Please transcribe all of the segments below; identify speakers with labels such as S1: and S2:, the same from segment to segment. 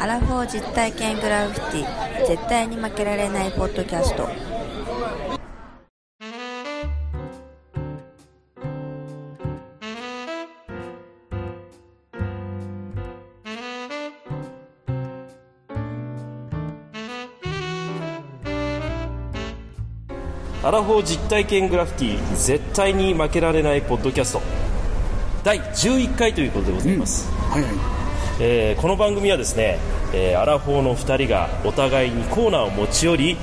S1: アラフォー実体験グラフィティ絶対に負けられないポッドキャスト
S2: アラフォー実体験グラフィティ絶対に負けられないポッドキャスト第11回ということでございます、
S3: はいは
S2: えーこの番組はですね、えーアラフォーの2人がお互いにコーナーを持ち寄り、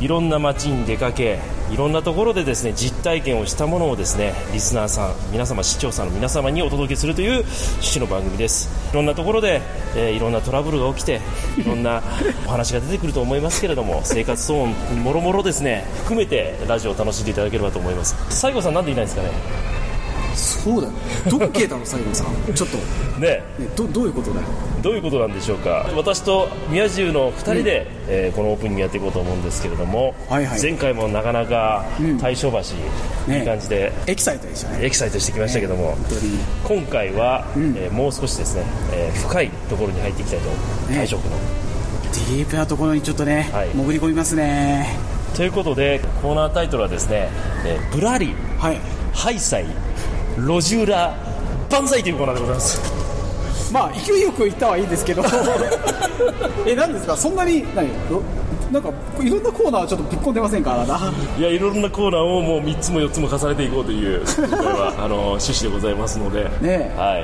S2: いろんな街に出かけいろんなところでですね実体験をしたものをですねリスナーさん皆様視聴者の皆様にお届けするという趣旨の番組ですいろんなところで、えーいろんなトラブルが起きていろんなお話が出てくると思いますけれども生活騒音もろもろですね含めてラジオを楽しんでいただければと思います西郷さんなんでいないんですかね
S3: いそうだよどこ消えたの最後 さんちょっと、
S2: ねえ
S3: ね、どどういうことだよ
S2: どういうことなんでしょうか私と宮中の2人で、えーこのオープニングやっていこうと思うんですけれども、
S3: はいはい
S2: 前回もなかなか大正橋、
S3: ね
S2: いい感じで
S3: エキサイトでしたね
S2: エキサイトしてきましたけども、今回は、えーもう少しですね、えー深いところに入っていきたいと、大正区の。
S3: ディープなところにちょっとね、
S2: はい
S3: 潜り込みますね
S2: ということでコーナータイトルはですね「えーぶらり
S3: はい
S2: ハイサイ路地裏万歳」というコーナーでございます
S3: まあ勢いよく言ったはいいんです けどえなんですかそんなに何ろなんかいろんなコーナーちょっとぶっ込んでませんか あなた
S2: いやいろんなコーナーをもう3つも4つも重ねていこうという今回はあの趣旨でございますので
S3: ねえ
S2: は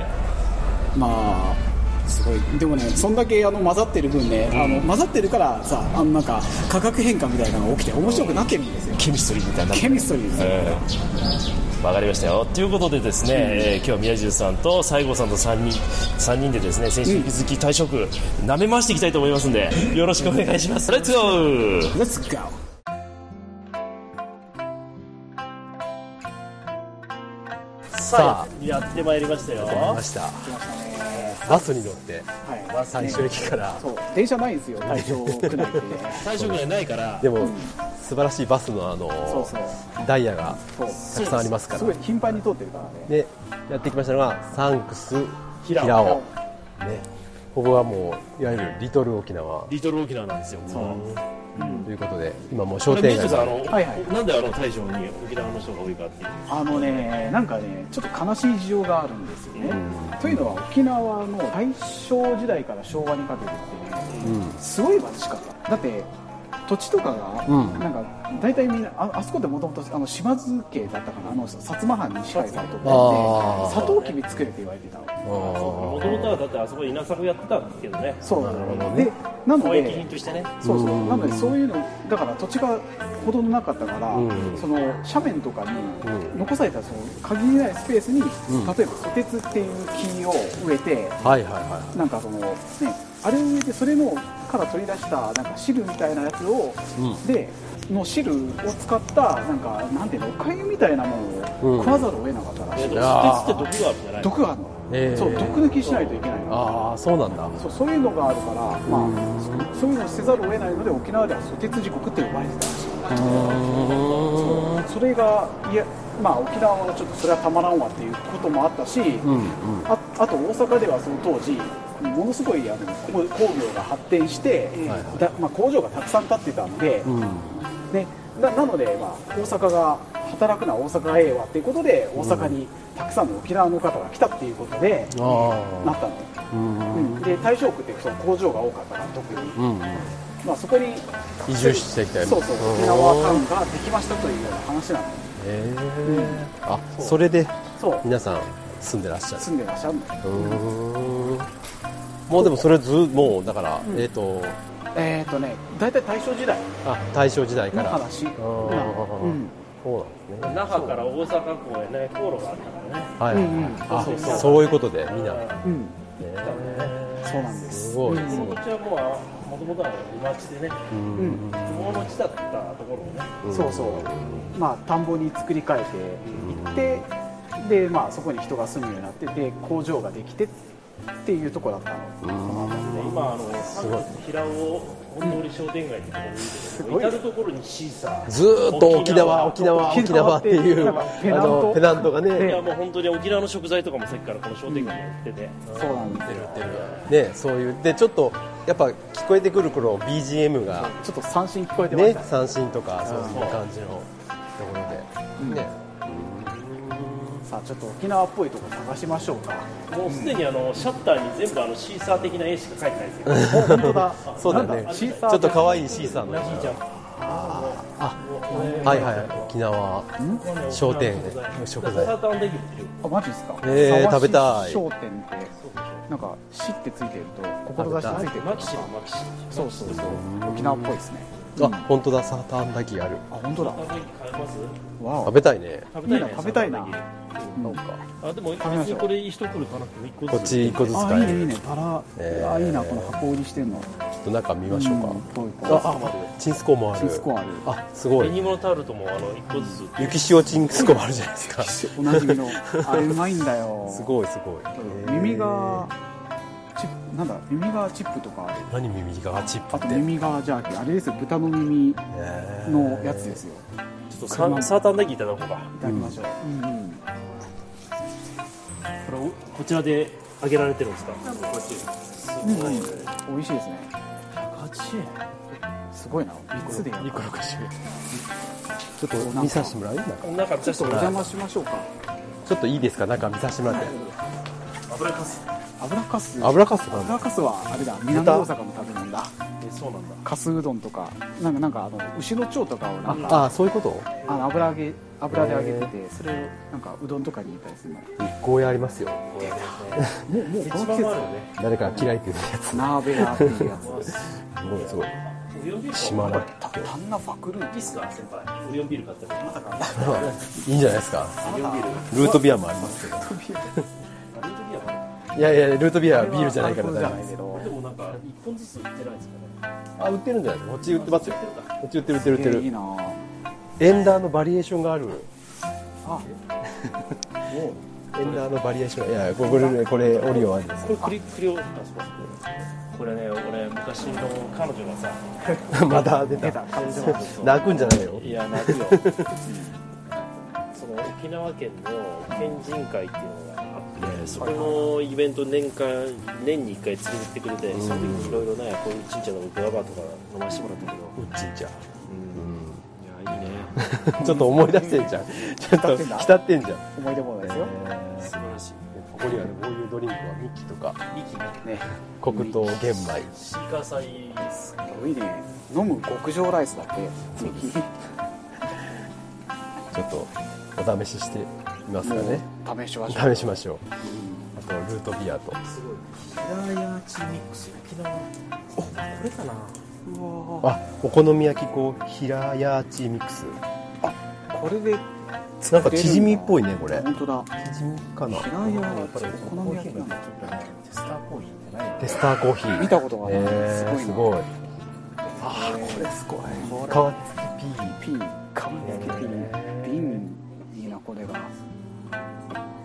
S2: い
S3: まあすごいでもねそんだけあの混ざってる分ね、あの混ざってるからさあのなんか価格変化みたいなのが起きて面白くなってるんですよ
S2: ケミストリーみたいになって
S3: ケミストリーですよ
S2: わかりましたよということでですね、えー今日は宮中さんと西郷さんと3人三人でですね先週に引き続き退職舐め回していきたいと思いますんでよろしくお願いしますレッツゴー
S3: Let's go
S2: さあやってまいりましたよ
S4: ましたバスに乗って
S3: はい
S4: 最初駅から
S3: そう電車ないんですよ大正区内で
S2: 退職がないから
S4: でも素晴らしいバスのあの
S3: そう
S4: ダイヤが
S3: そう
S4: たくさんありますか
S3: す
S4: ら
S3: ごい頻繁に通ってるからね
S4: でやってきましたのがサンクス
S2: 平尾
S4: 平尾ねここはもういわゆるリトル沖縄
S2: リトル沖縄なんですよ
S4: ということで今もう
S2: こ
S4: 商
S2: れ
S4: 店
S2: 宮中さ
S4: 街
S2: んあ
S4: が
S2: の、
S3: はいはい
S2: なんであの大将に沖縄の人が多いかっていう
S3: あのねなんかねちょっと悲しい事情があるんですよね、というのは沖縄の大正時代から昭和にかけてってね、すごい貧しかっただって土地とかが、
S4: うん
S3: なんか大体みんなああそこってもともとあの島津家だったかなあの薩摩藩に支配されてて
S4: あー
S3: サトウキビ作れって言われてたの
S2: もともとはだってあそこ稲作やってたんですけどね
S3: そうな
S2: ね
S3: でなの
S2: 交
S3: で
S2: 易品としてね
S3: そうそううんなのでそういうのだから土地がほとんどなかったから、
S4: うん
S3: その斜面とか
S4: う
S3: に
S4: ん
S3: 残されたその限りないスペースに、例えばソテツっていう木を植えて
S4: はいはいは
S3: なんかそのねあれを植えてそれのから取り出したなんか汁みたいなやつを、
S4: うん
S3: での汁を使ったなんかなんていうのおかゆみたいなものを
S4: うん
S3: 食わざるを得なかったらしい、
S2: えっと
S4: いやー
S2: 鉄って毒があるじゃない
S3: 毒があるの、
S4: へー
S3: そう毒抜きしないといけない
S4: い
S3: の
S4: ああそうなんだ
S3: そうそういうのがあるから、まあ、そそういうのをせざるを得ないので沖縄ではソテツ地獄って呼ばれてたんですよそれがいや、まあ、沖縄はちょっとそれはたまらんわっていうこともあったし、
S4: うんうん
S3: ああと大阪ではその当時ものすごいあの工工業が発展して、
S4: はいはい
S3: だまあ、工場がたくさん建ってたんで、
S4: うん
S3: ね、ななので、まあ、大阪が働くのは大阪へはっていうことで大阪にたくさんの沖縄の方が来たっていうことで、な
S4: あ
S3: ったの。
S4: あうん
S3: うん、で大正区ってその工場が多かったから特に、
S4: うんうん
S3: まあ、そこに
S4: 移住してきたよね
S3: そうそう
S4: うん
S3: 沖縄タウンができましたというような話なの
S4: ええあそれで
S3: そう
S4: 皆さん住んでらっしゃる
S3: 住んでらっしゃるの
S4: うーんもうでもそれずもうだから、えっ、と
S3: えっ、ー、とね大体大正時代
S4: あ大正時代か
S3: の
S4: ら
S3: 話
S4: あー
S3: うん
S4: そうなんですね
S2: 那覇から大阪港へね航路があったからね
S4: はい、
S3: うんうん
S4: あ
S2: そうそうそう
S4: そういうことでみんな
S3: うん
S2: ね
S3: そうなんですす
S4: ごい、
S2: この土地はもうもともとは町でね
S4: うん
S3: うん
S2: 不毛の地だったところをね
S4: ん
S3: そうそうまあ田んぼに作り変えていってでまあそこに人が住むようになってで工場ができてっていうところだったの
S2: で今あの
S4: ごい
S2: 平尾本通り商店街ってところにいるけど至る所にシーサー
S4: ずーっと沖縄、沖縄、沖縄っていう、
S3: なんか
S4: あ
S3: ペナント
S4: の、ペナントが
S2: いや
S4: ね、
S2: もう本当に沖縄の食材とかもさっきからこの商店街に売ってて、
S3: そうなんですよ
S4: ね、そういう。で、ちょっと、やっぱ聞こえてくる頃、BGM が、
S3: ちょっと三振聞こえてまし
S4: ね
S3: た、ね
S4: 三振とか、そういう感じのところで。ね。
S3: さあちょっと沖縄っぽいとこ探しましょう か
S2: もうすでにあのシャッターに全部あのシーサー的な絵しか描いてないですよ
S3: お本当だ
S4: そうだね。
S3: なん
S4: ち
S3: シ
S4: ょ
S3: ーサー
S4: っと可愛いシーサーの。
S2: じいちゃん
S4: はいはい、沖縄商店食材。
S2: サーターアンダギー売ってるよ
S3: あマジですか
S4: えー
S3: 沢市
S4: 食べたい
S3: 商店ってなんか「し」ってついてると志ついてると
S2: マキシのマキシ
S3: そうそうそう沖縄っぽいですね
S4: あ、本当だ、サーターアンダギーある。
S3: あ本当だ
S2: アンダギー買えます
S3: わ
S4: 食
S3: お
S4: べたいね。
S2: 食
S3: い
S2: べ
S3: い
S2: たい
S3: な
S2: ね
S3: 食べたいな
S2: サーターアンダ
S4: なんか、
S2: ギーあでも別
S3: ましょう
S2: にこれ一袋買わなくても一個ずつ
S4: こっち一個ずつ
S3: あいい
S4: 買え
S3: ねいい
S4: る。
S3: ねたら
S4: えー
S3: あいいなこの箱売りしてんの
S4: ちょっと中見ましょうか。
S3: どういう
S4: あ
S3: こ
S4: あ、チンスコーもある。
S3: チンスコーある
S4: あ、すご
S2: 紅
S4: い。
S2: 物タオルともあの一個ずつ売ってる
S4: 雪塩チンスコーもあるじゃないですか。す
S3: とおなじみのあれうまいんだよ
S4: ごいすごい。
S3: 耳がチップなんだ耳がチップとかある
S4: 何耳がチップ
S3: あ
S4: っ
S3: と
S4: て。
S3: 耳がジャーキーあれですよ豚の耳
S4: えー
S3: のやつですよ
S2: ちょっとサーサーターアンダギーいただこうか
S3: いただきましょううんうん
S2: これおこちらで揚げられてるんですか
S3: うん美味しいですね
S2: 180円
S3: すごいな3つでやる
S4: 個60円ちょ
S3: お
S4: っと
S3: 腹
S4: 見させてもらう中
S2: なんかちょっと
S3: お邪魔しましょうか
S4: ちょっといいですか中見させてもらって
S2: 油かす
S3: 油かす
S4: 油かすなんだ
S3: 油かすはあれだ南大阪の食べ物だ
S2: えそうなんだ
S3: かすうどんとかなんかなんかあの牛の腸とかをなんか
S4: ああそういうこと
S3: あの油揚げ油で揚げててそれをなんかうどんとかに入れたりするの
S4: ゴーヤありますよ
S3: もうもうこの季
S2: 一番あるよ
S3: 節
S2: ね
S4: 誰かが嫌いって言うやつ
S3: ナーベラーっていうやつ
S4: すごいすごい
S2: ウヨンビール
S4: 島らっ
S3: タタンナファクルー
S2: いい
S3: ビ
S2: っ
S3: ス
S2: すか先輩ウヨンビール買っても
S4: いいんじゃないですか
S2: ウヨンビール
S4: ルートビアもありますけど
S2: あれの時は
S4: いやいやルートビアはビールじゃないから
S3: じ
S4: 大
S3: ゃ
S4: 丈
S3: ない
S4: 夫で
S3: け
S4: す
S3: ど
S2: でもなんか一本ずつ売ってないですかね
S4: あ売ってるんじゃないですかこっち売ってますよこっち売ってる売ってる売って
S3: えーいい
S4: る
S3: なぁ
S4: エンダーのバリエーションがある
S3: あ
S4: エンダーのバリエーションいやこれこれこれオリオンあるんです
S2: これクリクリオあそうかこれね俺昔の彼女 がさ
S4: よまた出
S3: 出
S4: た
S3: た彼女の
S4: 泣くんじゃないよ
S2: いや泣 くよその沖縄県の県人会っていうのがあってそこのイベント年間年に1回連れてってくれてその時にいろいろねこういうちんちゃなグラバーとか飲ませてもらったけど
S4: うっちんちゃん
S2: いやいいね
S4: ちょっと思い出してんじゃん。ちょっと浸ってんじゃん。
S3: 思い出ものですよ
S2: 素晴らしい
S4: ここにはね、こういうドリンクはミキとか、
S2: ミキ
S3: ね
S4: 黒糖玄米。
S2: シーカーサイス
S3: すごいね飲む極上ライスだって
S4: ちょっとお試ししてみますかね。
S3: 試しましょう
S4: 試しましょう。あと、ルートビアと。
S2: すごい平屋チミックス沖縄おこれかな
S4: あ、お好み焼き粉、平屋チミックス。
S3: これで
S4: なんかチヂミっぽいね、これ。
S3: 本当だ
S4: チヂミかな。
S3: 平屋はお好み焼きなんだ
S2: テスターコーヒーじゃない
S4: テスターコーヒー。
S3: 見たことがない
S4: えー、
S3: す
S4: す
S3: ごい
S4: ごい。あー、これすごい。皮付きピー。
S3: ピンカムつけて
S4: へー
S3: 瓶いいなこれが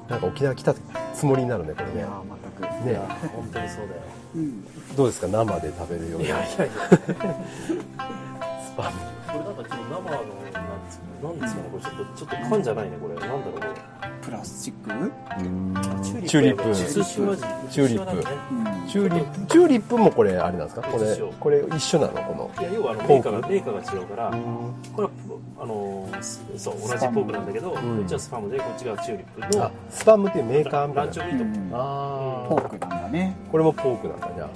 S4: なんか沖縄来たつもりになるね、これ
S3: い
S4: ね
S3: や。ー全く
S4: ね
S2: 本当にそうだよ
S3: うん
S4: どうですか生で食べるような
S2: やいやいや
S4: スパ
S2: これ
S4: ム
S2: なんかちょっと生のなんですかねなんですかねこれちょっとちょっと缶じゃないねこれなんだろうこれ
S3: プラスチック
S4: チューリップ
S2: 寿司は
S4: チューリ
S2: 寿司は
S4: ップ
S2: なんかね
S3: うん
S4: チューリップチューリップもこれあれなんですかこれ
S2: 一緒
S4: これ一緒なのこの
S2: いや要はあの
S4: ポ
S2: メー
S4: ーク
S2: カーがメーカーが違うからこれはあのすそう同じ
S3: ス
S2: ポ
S3: パム
S2: ークなんだけどこ
S4: ん
S2: っちはスパムでこっちがチューリップの
S4: あスパムっていうメーカーみた
S2: ラ
S4: い
S2: ンチ
S4: な
S2: ョビート
S3: う
S2: も
S3: ん
S4: あ
S3: ポークなんだね
S4: ーこれもポークなんだじゃ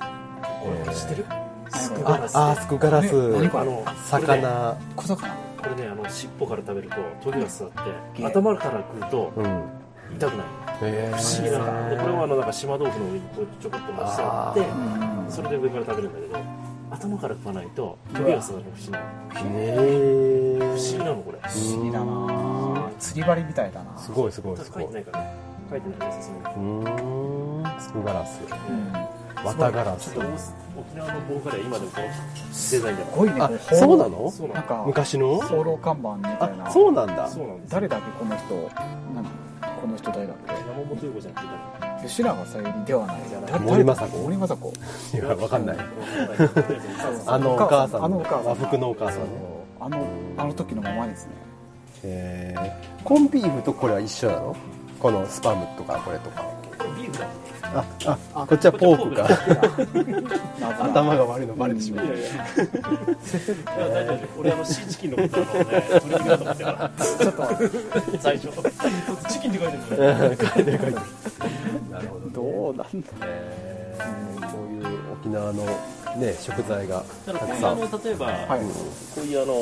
S4: あ
S2: これ知ってる
S3: すごい
S4: ああースクガラス
S3: 何こ
S2: あの
S4: 魚
S3: 小魚
S2: これねこれねあの尻尾から食べるとトゲが刺さって
S3: うん
S2: 頭から食うと
S4: うん
S2: 痛くない
S4: え
S2: 不思議なんだでこれはあのなんか島豆腐の上にこうちょこっと乗せてあって
S3: うん
S2: それで上から食べるんだけど頭から食わないとトゲが刺さるの不思議なの
S4: え
S2: 不思議なのこれ
S3: 不思議だな釣り針みたいだな
S4: すごいすごい
S2: ただ
S4: す
S2: 書
S4: ごい
S2: いうてないから書いてないですそ
S4: ーんスクガラス
S3: うん
S4: 綿ガラ
S2: ちょ
S4: ス
S2: っと沖縄のボーカルは今でもこのデザインだ
S3: す
S2: か
S3: ごいね
S4: あ
S3: これ放浪
S4: そうなの
S2: そうな
S3: なん
S2: の
S3: か
S4: 昔の
S3: 放浪看板みたい
S4: あ
S3: な
S4: そうなんだ
S2: そうなんです
S3: 誰だっけこの人なんこの人誰だっけ
S2: 山本優子じゃなくて
S3: 吉永小百合ではないじゃない
S4: 森政子
S3: 森政子
S4: いやわかんないあ
S3: あ
S4: のお母さん
S3: あのお母さん
S4: 和服のお母さんね
S3: あのあの時のままですね
S4: えーコンビーフとこれは一緒なのこのスパムとかこれとか
S2: ビーフだ
S4: ああこっちはポークか
S3: 謎な
S4: 頭が悪いのバレてしまう
S2: いやいやいや大丈夫俺あのシーチキンのことあのね鶏肉だと思ってたから
S3: ちょっと
S2: 最初チキンって書いてるんだよ
S4: なるほど
S3: どうなんだ
S4: えーこういう沖縄のね食材がた
S2: だ
S4: く
S2: から
S4: さ
S2: こ
S4: ん
S2: ういうあの例えば、
S3: はい
S2: こういうあの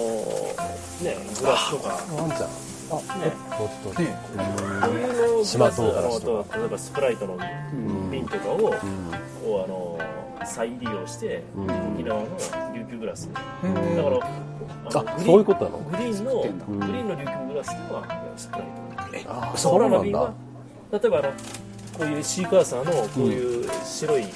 S2: ねグラスとか
S4: ワンちゃん
S2: ね
S4: もっと
S3: ね
S2: こういうのを
S4: 島唐辛
S2: グラ
S4: 子
S2: ス
S4: と
S2: とか例えばスプライトの瓶とかを、
S4: うん
S2: をあの再利用して、
S4: うん
S2: 沖縄の琉球グラスだか
S3: うん
S2: ら
S3: うん
S2: あの
S4: あ
S2: グリーン
S4: そういうことなの
S2: グリーンの
S3: 作ってんだ
S2: グリーンの琉球グラスとはスプライト
S4: あー
S2: 空の
S4: ん
S2: 瓶は例えばあのこういうシークワーサーのこういう白いこ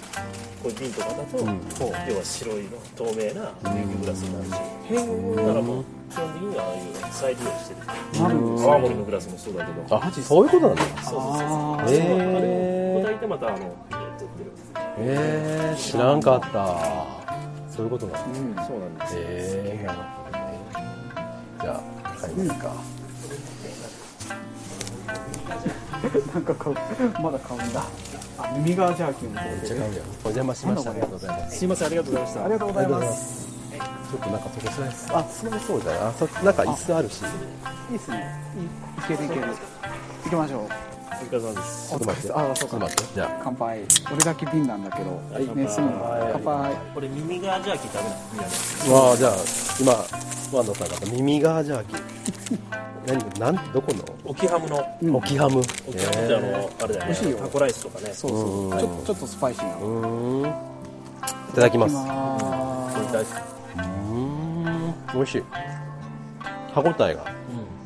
S2: ういう瓶とかだと、
S4: ん
S2: こう要は白いの透明な琉球グラスになるし、
S3: へ
S2: だからもう基本的にはああいう再利用してる
S3: えなるんです
S2: 泡盛のグラスもそうだけど
S4: あそういうことなんだ
S2: そうそうそう
S3: あ
S2: そうあ
S3: ー
S4: へえ
S2: れを砕いてまたあの取ってる
S4: えー、知らんかったそういうことなんだ
S3: うん
S2: そうなんですよ、
S4: えー、なるほどねじゃあ買いますか、
S3: なんか買うまだ買うんだあミガージャーキーもこ
S4: め
S3: れ
S4: っちゃ
S3: で
S4: 買うやんお邪魔しましたありがとうございます
S2: すいませんありがとうございました
S3: ありがとうございます
S4: す。ちょっとなんかそこスライス。あ、そうそうだな。あそなんか椅子あるし。ち
S3: いいですねいいけるいける行きましょう
S2: お疲れ様です
S4: ょっと待って。
S3: あ
S4: ち
S3: そ
S4: ょ
S3: う
S4: っ
S3: か
S4: と待って。じゃ
S3: 乾杯俺だけ瓶なんだけど、
S2: い
S3: ねすぐに
S2: 乾
S3: 乾杯
S2: これ耳がジャーキー食べないみんなね
S4: あ。わあじゃあ今ワンダさんが耳がジャー キー。何なんどこ
S2: 沖ハムの
S4: の？オキハム。
S2: 沖ハムってあのあれだよ
S3: 美味しい
S2: ね
S3: よ
S2: タコライスとかね
S3: そうそうちょっとちょっとスパイシーなの
S4: う
S3: い
S4: ーん。いただきます。
S3: き
S4: う
S3: ま
S2: これ
S3: ー
S2: 大
S3: す
S2: 好
S4: ーん。美味しい。歯ごたえが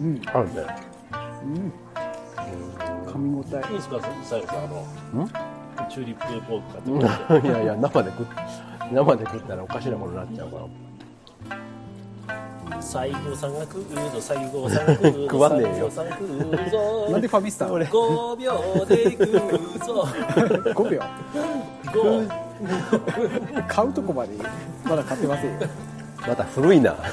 S3: うん
S4: あるね。
S3: 噛み応
S2: きいいですか最後さんあのチューリップポーク買ってもらって
S4: いやいや生で食っ生で食ったらおかしなことになっちゃうから。
S2: 西郷さんが食うぞ西郷さんが食うぞ
S4: 食わねえよ
S2: 西郷さんが食うぞ
S3: えなんでファミスタ俺
S2: 5秒で食うぞ
S3: 5秒
S2: 5
S3: 買うとこまでまだ買ってませんよ
S4: また古いな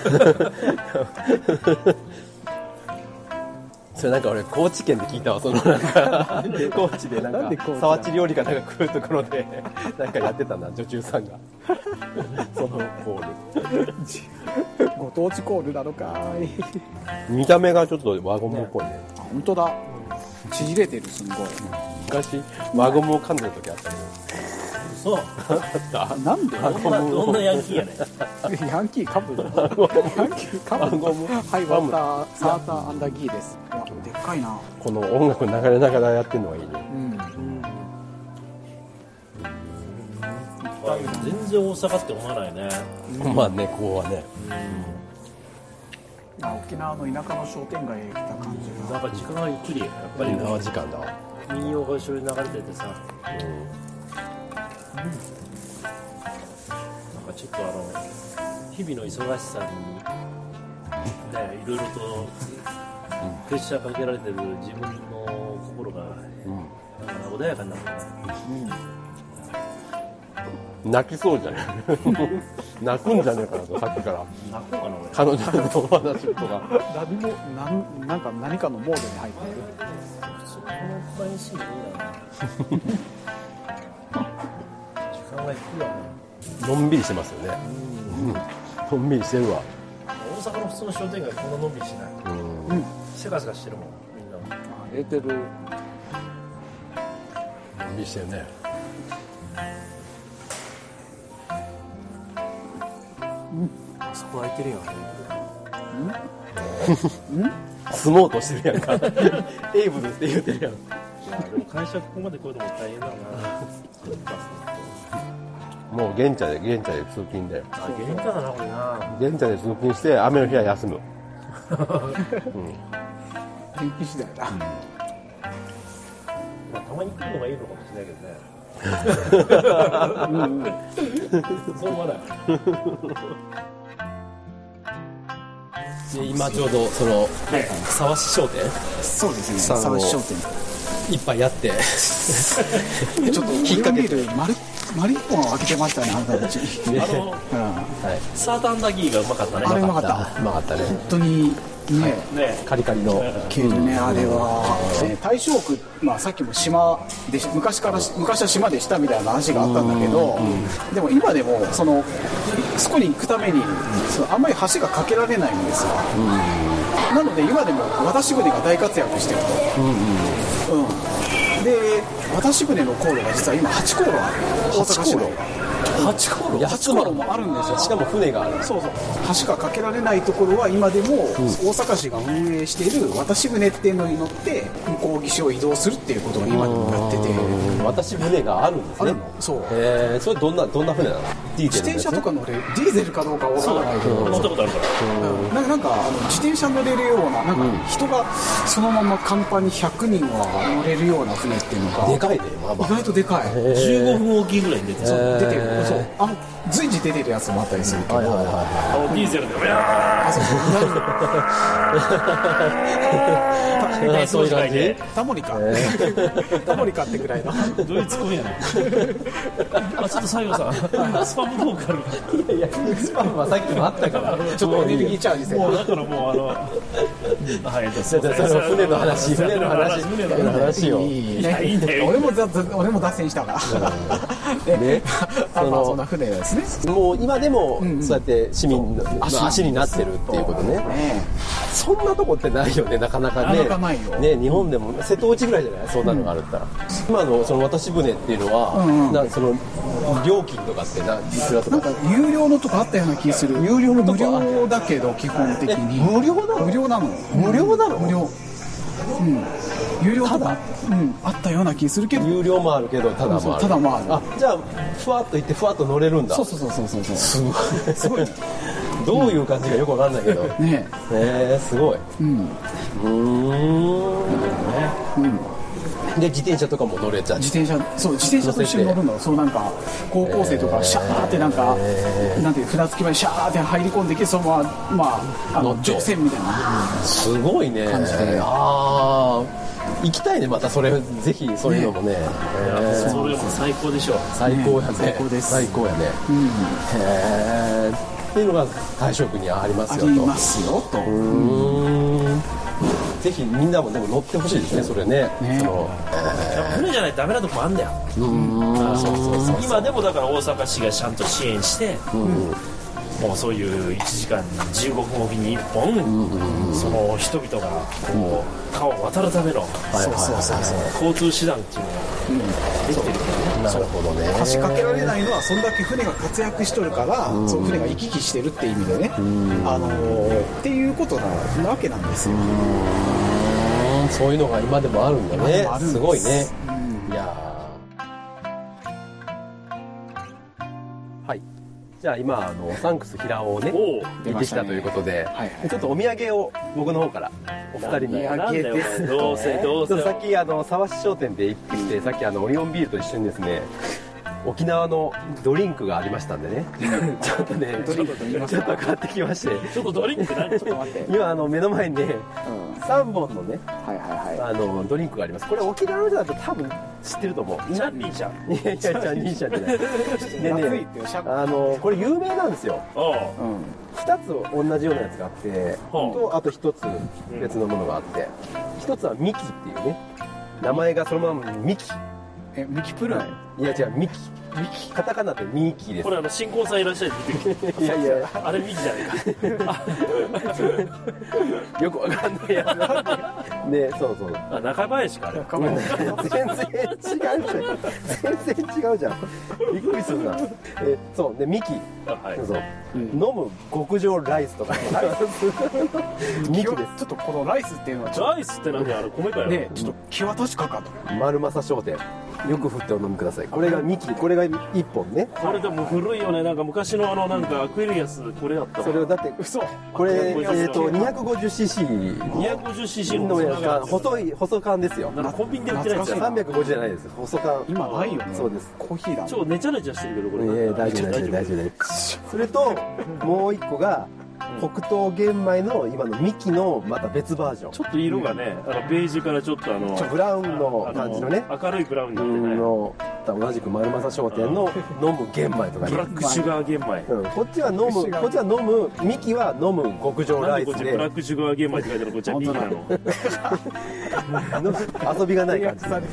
S4: それなんか俺高知県で聞いたわそのなんか 高知でなん
S3: なんで高知
S4: か
S3: なの
S4: 沢地料理かなんか来るところで なんかやってたな女中さんが そのコー
S3: ご当地コールなのかーい
S4: ル見た目がちょっと輪ゴムっぽいね
S3: あ本当だ縮れてるすんごい
S4: 昔輪ゴムを噛んでる時あったけど
S2: そう
S3: あなんで
S2: どんなどんなヤンキーやねん
S3: ヤンキーかぶるヤンキーかぶる
S4: ゴム
S3: はいワッターサーターアンダーギーですあでっかいな
S4: この音楽流れながらやってるのがいいね
S3: うん
S2: 全然大阪って思わないね
S4: まあねここはね
S3: あ沖縄の田舎の商店街へ来た感じ
S2: な
S3: が
S2: んか時間がゆっくりやっぱり
S4: 縄時間だわ
S2: 民謡が一緒に流れててさ、なんかちょっとあの日々の忙しさにねいろいろとプレッシャーかけられてる自分の心が、なんか穏やかになるね
S4: 泣きそうじゃない 泣くんじゃねえかなとさっきから
S2: 泣こうかな俺
S4: 彼女のお話とか
S3: 何もなんなんか何かのモードに入ってる
S2: そこの場に住んでいいな時間がいくわね
S4: のんびりしてますよね、うんのんびりしてるわ
S2: 大阪の普通の商店街こんなのんびりしない
S4: うん
S2: せかせかしてるもんみんな
S3: あ入れてる
S4: のんびりしてるね
S2: あそこ空いてるよね
S4: 住もうとしてるやんか エイブルって言うてるやん
S2: いやでも会社ここまで来るのも大変だな
S4: もう現茶で現茶で通勤だよ
S2: あ限界だなこれな
S4: 現茶で通勤して雨の日は休む
S3: 天気次第だ、
S2: まあたまに来るのがいいのかもしれないけどね そう思わない
S4: 今ちょうどその
S3: はい
S4: 沢市商店
S3: そうですね
S4: さんを
S3: 沢市商店
S5: いっぱいあって、
S3: ちょっと
S5: 引っ
S3: オ
S5: 掛け
S3: リオンビール丸丸一本開けてましたねあなたたち、うん、
S2: あのサーターアンダギーがうまかったね
S3: あれうまかっ
S4: うま
S3: た本
S4: かったね
S3: 当にね
S2: ね
S4: カリカリの
S3: けどね、あれは、ね大正区、まあ、さっきも島でし昔からし昔は島でしたみたいな話があったんだけど、でも今でもそのそこに行くために、そのあんまり橋が架けられないんですよ、なので今でも渡し船が大活躍してると、うんで渡し船の航路が実は今8航路ある大阪市内
S4: 八航路
S3: 8航路もあるんですよ
S4: しかも船がある
S3: そうそう橋が架けられないところは今でも大阪市が運営している渡し船っていうのに乗って向こう岸を移動するっていうことが今でもやってて
S4: 私船があるんです
S3: あれ
S4: ね
S3: もそう
S4: えー、それどんなどんな船なの自
S3: 自転車とか乗れるディーゼルかどうかは分からないけど
S2: 乗ったことあるから
S3: なんかなんかあの自転車乗れるようななんか人がそのまま甲板に100人は乗れるような船っていうのが
S4: でかいねまあま
S3: 意外とでかい
S2: 15分おきぐらいに出てそう
S3: 出てるそうあの随時出てるやつもあったりするけど、
S2: あのディーゼルでいや
S3: あそう
S2: ー
S4: あそういう感じ
S2: ね
S3: タモリか、 タモリかってぐら いの
S2: ドイツ語やねあちょっと西郷さんスパム効果ある
S4: あいやスパンはさっきもあったから
S3: ちょっとエネルギーチャージせ
S2: もうだからもうあのはいじゃあすいま
S4: じ
S2: せん
S4: ゃあその船の話船の話
S2: 船の
S4: 船の話を
S2: いやいいんだよ
S3: 俺もざざ俺も脱線した からね
S4: ね
S3: あまあ
S4: その
S3: そんな船ですね
S4: もう今でもそうやって市民のま
S3: 足
S4: あ足になってるっていうことね
S3: ね
S4: そんなとこってないよねなかなかね
S3: なかなかないよ
S4: ね日本でも瀬戸内ぐらいじゃないそんなのがあるったら、今のその渡し船っていうのは、
S3: んうん
S4: なんかその料金とかってないくらと
S3: なん
S4: か
S3: か有料のとこあったような気する有料
S4: のとこ
S3: 無料だけど基本的に
S4: え無料なの
S3: 無料なの
S4: 無料なの
S3: 無料うん有料と
S4: た
S3: か
S4: だ、
S3: うん、あったような気するけど
S4: 有料もあるけどただもある
S3: そうただもある
S4: じゃあふわっと行ってふわっと乗れるんだ
S3: そうそうそうそうそう
S4: すごい
S3: すごいね
S4: どういう感じかよくわかんないけどね
S3: ね
S4: えすごい
S3: うん
S4: うー
S3: うん
S4: んで自転車とかも乗れちゃう
S3: 自転車そう自転車と一緒に乗るのそうなんか高校生とかシャーってなんか、なんていう船着き場にシャーって入り込んできてそのまま、まあ、あの
S4: 乗って
S3: 乗船みたいな
S4: すごいね
S3: 感じで
S4: ああ行きたいねまたそれぜひそういうのもねえー
S2: それも最高でしょう
S4: 最高やね
S3: ね最高です
S4: 最高やねへえっていうのが大正区にはあります
S3: あ
S4: よ
S3: り
S4: と
S3: ますよと
S4: うーんぜひみんなもでも乗ってほしいですねそれね
S3: ね
S4: その
S2: やっぱ船じゃないとダメなとこもあんだよ
S4: そうそうそう
S2: 今でもだから大阪市がちゃんと支援して、もうそういう1時間15分おきに1本、その人々がこう川を渡るための
S4: そうそうそうそう
S2: 交通手段っていうのができてるからね、
S4: なるほどね
S3: 橋かけられないのはそんだけ船が活躍しとるから、その船が行き来してるって意味でね、あのーっていうことなわけなんですよ、
S4: うんそういうのが今でもあるんだね
S3: もあるんです
S4: すごいねいやーはいじゃあ今あのサンクス平尾をね
S2: おう
S4: 行ってきたということで、
S3: はいはい
S4: ちょっとお土産を僕の方からお二人に
S2: なんだよお前どうせどう
S4: ちょっ
S2: せ
S4: とさっきあの沢市商店で行ってきて、さっきあのオリオンビールと一緒にですね沖縄のドリンクがありましたんでねちょっとねちょっとちょっと買ってきまして
S2: ちょっとドリンク何ちょっと待って
S4: 今あの目の前にね
S3: うん
S4: 3本のね
S3: はいはいはい
S4: あのドリンクがありますこれ沖縄の人だと多分知ってると思う
S2: チャンピーちゃん
S4: いやいやいや兄ちゃんじゃないで
S3: 夏いっ
S4: ね
S3: てよシャ
S4: あのこれ有名なんですよ
S2: おう
S3: うん
S4: 2つ同じようなやつがあって
S2: ほう
S4: とあと1つ別のものがあって1つはミキっていうね名前がそのままミキ
S3: えミキプルン、
S4: いや違うミキミキカタカナでミキです
S2: これあの新婚さんいらっしゃるって言ってる
S4: いやいや
S2: あれミキじゃないか
S4: よくわかんないやつなんでねそうそう
S2: あ中林かあれ
S4: 全然違うじゃん全然違うじゃんびっくりするなえそうでミキ
S2: あはい
S4: そうそう飲む極上ライス とかミキ
S3: ち
S4: で
S3: ょっとこのライスっていうのはちょっ
S2: ライスって何あれ米か
S3: と
S2: よ、
S3: ねちょっと気は確かかと
S4: す丸正商店よく振ってお飲みくださいこれがミキこれが1本ね
S2: これでも古いよねなんか昔のあのなんかアクエリアスこれだったわ
S4: それをだって
S3: 嘘
S4: これえっ、
S2: 250
S4: と 250cc
S2: 250cc の
S4: のやつが細い細缶ですよ
S2: なんかコンビニで売ってないやつや
S4: 350じゃないです細缶
S3: 今ないよね
S4: そうです
S3: コーヒーだ
S2: 超ネチャネチャしてるけどこ
S4: い
S2: れ
S4: や大丈夫大丈夫大丈夫大丈夫それともう一個が黒糖玄米の今のミキのまた別バージョン
S6: ちょっと色がね、あのベージュからちょっとあの
S4: ちょブラウンの感じのね
S6: あ明るいブラウンになってね、
S4: の同じく丸正商店の飲む玄米とか
S6: ブラックシュガー玄米
S4: うん、こっちは飲むこっちは飲むミキは飲む極上
S6: な
S4: ラ
S6: んで
S4: イ
S6: こっ
S4: ス
S6: ち
S4: で
S6: ブラックシュガー玄米って書いてあるこっちはミキなの
S4: の遊びがな
S3: 契
S4: い感
S3: 約
S4: じ
S3: され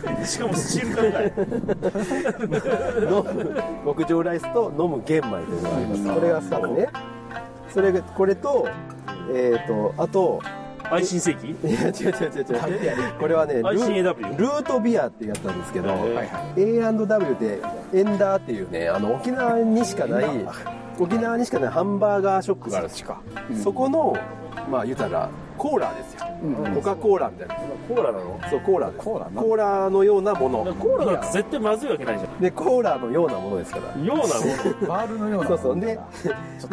S3: てない
S6: しかもスチール缶だよ
S4: 飲む極上ライスと飲む玄米というのがありますこれが2つねそれがこれとえっ、とあと
S6: 愛心石
S4: いや違う違う違う違うこれはねルー
S6: ICAW
S4: ルートビアっていうやつなんですけど、
S6: はいはい
S4: A&W でエンダーっていうねあの沖縄にしかない沖縄にしかないハンバーガーショップがあるんですよそこのまあ言うたらコーラですよ、コカ・コーラみたいなコーラなのそうコーラです
S3: コーラな
S4: コーラのようなもの
S6: コーラだって絶対まずいわけないじゃ
S4: でコーラのようなものですから
S6: んようなも
S3: バールのような
S4: そうそうで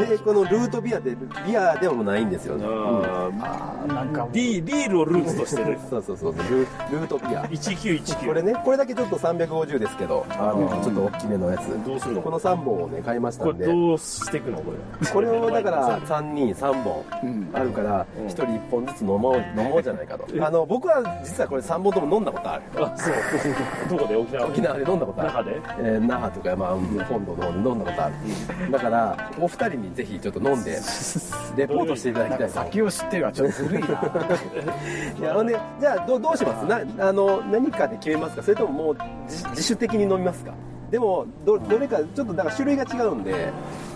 S4: でこのルートビアでビアでもないんですよ、ね
S6: のあー
S3: あーなんかもう
S6: ビビールをルーツとしてる
S4: そうそうそうルルートビアこれ
S6: 1919
S4: ねこれだけちょっと350ですけどあのちょっと大きめのやつ
S6: どうするの
S4: この3本をね買いました
S6: こ
S4: ん
S6: れ
S4: で
S6: どうしていくのこれ
S4: これをだから3人3本
S3: うん
S4: あるから1人1本ずつ飲もう飲もうじゃないかとあの僕は実はこれ3本とも飲んだことある
S6: あそうどこで沖縄
S4: 沖縄で飲んだことある
S6: 那覇で
S4: えー那覇とか、まあ、本土の方で飲んだことあるだからお二人にぜひちょっと 飲んでレポートしていただきたいと
S3: 先を知ってはちょっとずるいな
S4: いやほんでじゃあどうどうしますなあの何かで決めますかそれとももう自自主的に飲みますかでもどどれかちょっとだから種類が違うんで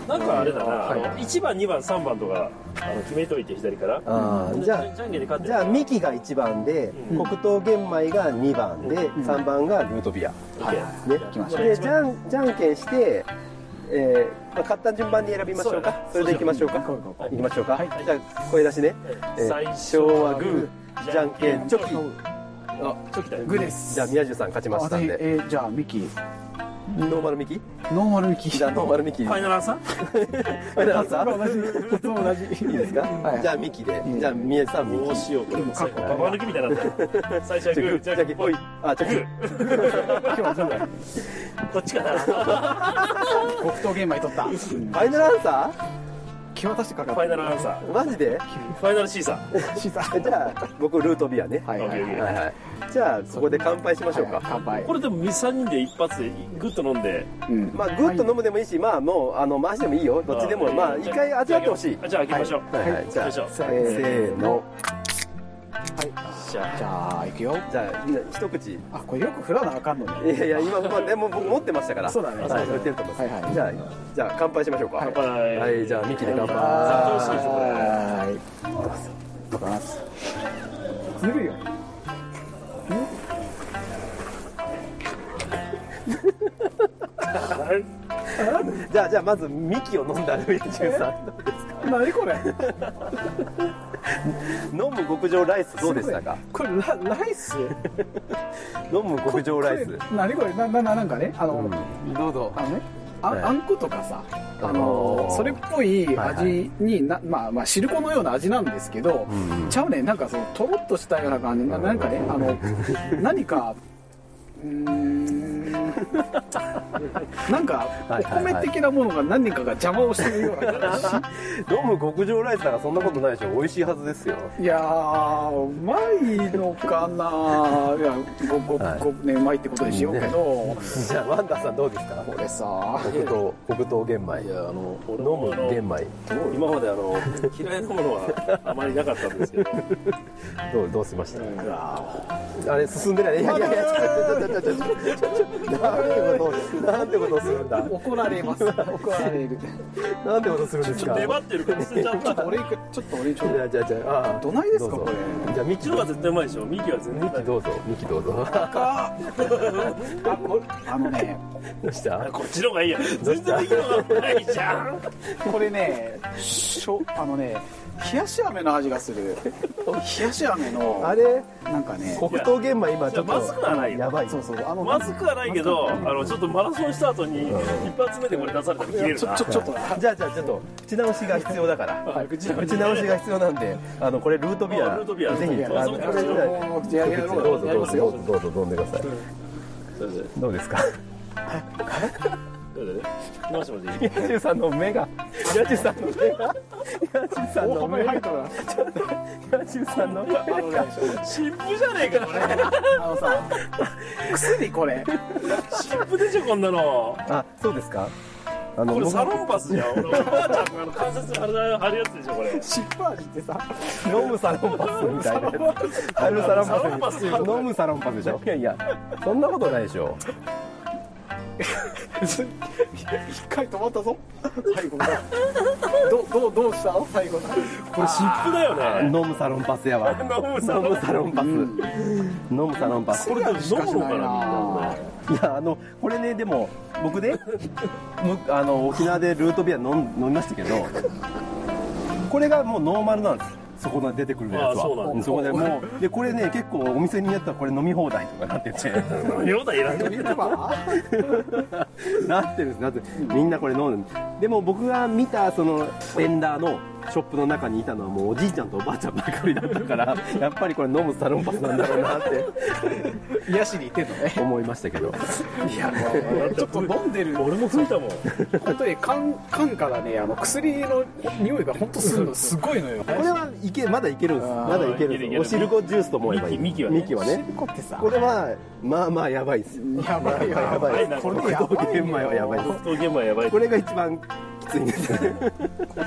S6: なんかあれだな、
S4: はい
S6: あの1番2番3番とかあの決めといて左から
S4: あーじゃ
S6: じゃんけんで勝っ
S4: あ
S6: て
S4: じゃあミキが1番で、
S6: うん
S4: 黒糖玄米が2番で、3番がルートビア、
S6: はい
S4: ね
S3: きましょ
S4: でじゃんじゃんけんして、えーまあ、買った順番に選びましょうかそれでいきましょうか
S3: そうしよう
S4: 行きましょうか、じゃあ声出しね、えー
S6: 最初はグー
S4: じゃんけんチョキ
S6: あチョキだよ
S3: グーです
S4: じゃあ宮中さん勝ちましたん
S3: 私、
S4: で
S3: えーじゃあミキ
S4: ノーマルミキ
S3: ノーマルミキ
S4: じゃあノーマルミキ
S6: ファイナルアンサー
S4: ファイナルアンサー
S3: 同じ靴同じ
S4: いいですか、
S3: はい
S4: じゃあミキで、
S3: ん
S4: じゃあ宮地さんミ
S6: どう
S4: キ
S6: しようこれも
S3: かっこ
S6: ババ抜きみたいになったよ最初はグーじ
S4: じ
S6: ゃん
S4: ゃ
S6: け
S4: ん
S6: ん
S4: けん
S6: ぽ
S4: ぽ
S6: い
S4: い あじゃんけん
S3: 今日はどうだい
S6: こっちかな
S3: 黒糖玄米取った
S4: ファイナルアンサ
S3: 気渡してかか
S6: フ
S3: っ
S6: ァ
S3: た
S6: イナルアンサ
S4: ーマジで
S6: ーファイナルシーサ ー
S4: じゃあ僕ルートビアね
S3: はいはいはい
S6: オッケーオッケー
S4: はいはいじゃあそこで乾杯しましょうか、
S3: 乾杯
S6: これでも3人で一発でグッと飲んで
S3: うん
S4: まあグッと飲むでもいいしまあもうあの回してもいいよどっちでもまあ一回味わってほしい
S6: じゃあ開けましょう
S4: はいはいじゃあ
S6: よいしょ
S4: せーの
S6: じゃ
S3: じゃあ行くよ
S4: じゃあみんな一口
S3: あこれよく振らなあかんの
S4: い
S3: ね
S4: やいや今まあでも僕持ってましたから
S3: そうだね
S4: はい持ってると思います、
S3: はいはい
S4: じゃあじゃあ乾杯しましょうか乾
S6: 杯
S4: はいじゃあミキで乾杯
S6: あ
S4: あ
S6: どうしようこれ
S3: はい行きますずるいよ
S4: じゃあじゃあまずミキを飲んだ宮中さんどうですか
S3: 何これ
S4: 飲む極上ライスどうでしたか
S3: これラライス
S4: 飲む極上ラ
S3: こ
S4: イス
S3: れ何これななななんかねあの、
S4: どうぞ
S3: あのねあ,、
S4: はい
S3: あんことかさ
S4: ー
S3: あのそれっぽい味にな、まあまあ汁粉のような味なんですけど、ちゃうねなんかそのとろっとしたような感じななんかねあ の何かうーん なんか
S4: はい
S3: お
S4: はいは
S3: 米
S4: い
S3: 的なものが何かが邪魔をしてるような感
S4: 飲む極上ライスなんかそんなことないでしょ美味しいはずですよ
S3: じいやーうまいのかないやごご
S4: はい
S3: ごねうまいってことにしようけど、
S4: じゃあワンダさんどうですか
S3: これさ
S4: 黒糖黒糖玄米
S2: いやあの俺
S4: 飲
S2: も
S4: む
S2: あの
S4: 玄米
S2: 今まであの嫌いなものはあまりなかったんですけど
S4: どうどうしましたあれ進んでないいやいやいやちょちょちょちょちょちょちょなんてことをなんてことをするんだ
S3: 怒られます怒られる
S4: なんてことするんですか
S6: 粘ってるから捨てちゃっ
S3: ちょ
S6: た
S3: っと俺行くちょっと俺ちょっ
S4: じゃあじゃあじゃあああ
S3: どないですか
S4: どう
S3: こ
S4: ぞ
S3: れ
S4: じゃあミ
S6: こっ
S4: キ
S6: ちの方が絶対うまいでしょミキは全然
S4: ミキどうぞミキどうぞ
S3: とあこあのね
S4: どうした
S6: こっちの方がいいや全然ミキの方がうまいじゃん
S3: これねしょあのね冷やし飴の味がする冷やし飴の
S4: あれ
S3: なんかね
S4: 黒糖玄米今ちょっ
S6: いやまずくはない
S4: と
S6: よ
S4: やばい
S3: そうそうあの
S6: まずくはないけどあのちょっとマラソンした後に一発目でこれ出されたら切れるな
S3: ちょちょちょっとあ
S4: じゃあじゃあちょっと口直しが必要だから、口直しが必要なんであのこれルートビ
S6: あ
S4: ア
S6: ルートビア
S4: ぜひ
S6: ルートビア
S4: あ
S6: そ
S4: の
S6: う
S4: こ
S6: か
S4: れじゃあ
S3: もうややろう
S4: どうぞ
S3: や
S4: ど
S3: り
S4: う
S3: ます
S4: ぞど
S3: よ
S4: うぞどうぞ飲んでくださいどうですか
S2: それでねもしもし。
S4: ヤチさんの目がヤチさんの目がヤチさん
S3: 大
S4: の
S3: 幅
S4: 目
S3: に
S4: が
S3: 入ったな
S4: ヤチさんの目が
S3: あのね
S2: 新婦じゃねえか、これ。
S3: あのさ薬これ
S2: 新婦でしょ、こんなの。
S4: あそうですかあの
S2: これ
S4: 僕
S2: サロンパスじゃん。俺、おばあちゃんがあの関節貼る貼るやつでしょ、これ。
S3: 尻尾味ってさ
S4: 飲むサロンパスみたいなやつあるサロンパス飲むサロンパスでしょいやいやそんなことないでしょ
S3: 一回止まったぞ最後だどどうどうしたの最後だ
S2: これ、新婦だよね。
S4: 飲むサロンパスやわ
S2: 飲むサロン
S4: 飲むサロンパス飲むサロンパス
S2: これ、でも飲むのかな、みんな。
S4: いやあのこれねでも僕ねむ あの沖縄でルートビア飲ん飲みましたけどこれがもうノーマルなんですそこで出てくるやつ
S2: あ
S4: は
S2: そうなんだ
S4: こでもうでこれね結構お店にやったらこれ飲み放題とかなってて
S2: よだいらん
S3: 言ってば
S4: なってるんですなってるみんなこれ飲んでるでも僕が見たそのベンダーのショップの中にいたのはもうおじいちゃんとおばあちゃんばっかりだったからやっぱりこれ飲むサロンパスなんだろうなって
S3: 癒しに行ってんのね
S4: 思いましたけど
S3: いやもうちょっと飲んでる
S2: 俺も吹いたもん。
S3: 本当に缶缶からねあの薬の匂いが本当するのすごいのよ
S4: これはいけまだいけるんです
S3: あー
S4: まだい
S2: い
S4: ける
S2: ける
S4: ん
S2: い
S4: で
S2: ける
S4: すおしるこジュースと思えばいい
S2: ミキミキはね
S4: ね
S3: こってさ
S4: これはまあまあやばいですよ
S3: やばいよやばい
S2: こ
S3: れ
S4: 黒
S3: やばいよ
S4: 糖玄米はやばいです
S2: 黒糖現場やばい
S4: これが一番きついんですね
S3: こ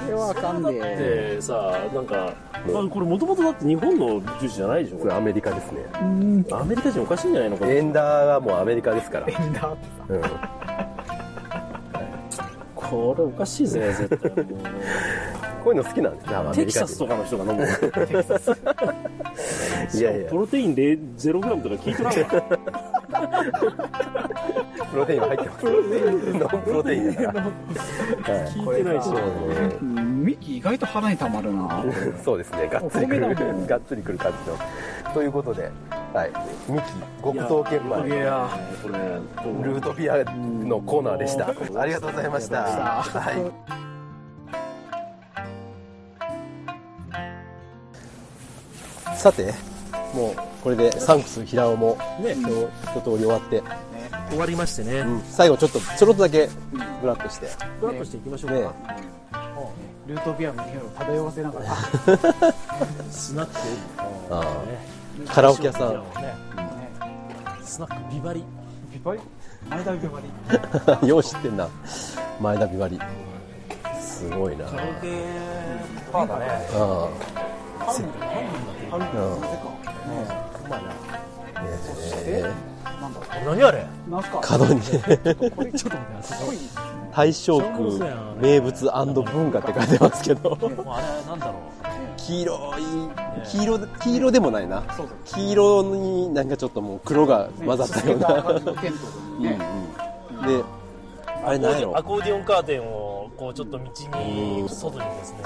S3: れはあかんで
S2: でさなんか、まあ、これもともとだって日本のジュースじゃないでしょこ
S4: アメリカですね
S2: れアメリカ人おかしいんじゃないのこれ
S4: エンダーはもうアメリカですから、
S3: みんな
S4: うん、
S2: これおかしいぜ絶対もう
S4: こういうの好きなんですねアメリカ 人
S2: テキサスとかの人が飲む
S4: いやいや
S2: プロテインで0グラムとか聞いて ないわ
S4: プロテインは入ってますノンプロテインだから
S2: 聞いてないし
S3: ミキ意外と腹にたまるな
S4: そうですねがっつりく
S3: お米だもん
S4: るがっつりくる感じのということではいミキ極東玄
S2: い
S4: 米
S2: やこれ
S4: ルートビアのコーナーでしたありがとうございましたはいさてもうこれでサンクス平尾も
S2: ね
S4: 今日一通り終わって、
S2: 終わりましてね
S4: うん最後ちょっとちょろっとだけブラッとして、
S2: ブラックしていきましょうか、
S4: ね
S3: ルートビアの匂いを漂わせながら
S2: スナック
S4: あ
S2: ね
S4: ーカラオケ屋さん
S2: スナックビバリ
S3: ビバリ前田ビバリ
S4: よう知ってんな前田美割すごいなあ
S3: パーだね
S4: あ
S3: あるんだよなぜか
S4: えー
S2: 何あれ
S3: なんすか
S4: 角 に
S3: これちょっと待ってすごい
S4: 大正区名物文化って書いてますけど
S2: もうあれなんだろう
S4: 黄色い黄色で黄色でもないな
S3: そうそう
S4: 黄色になんかちょっともう黒が混ざったような、
S3: 感じのテントにね
S4: うん であれ何や
S2: ア
S4: ろ
S2: コーディオンカーテンをこうちょっと道に外にですね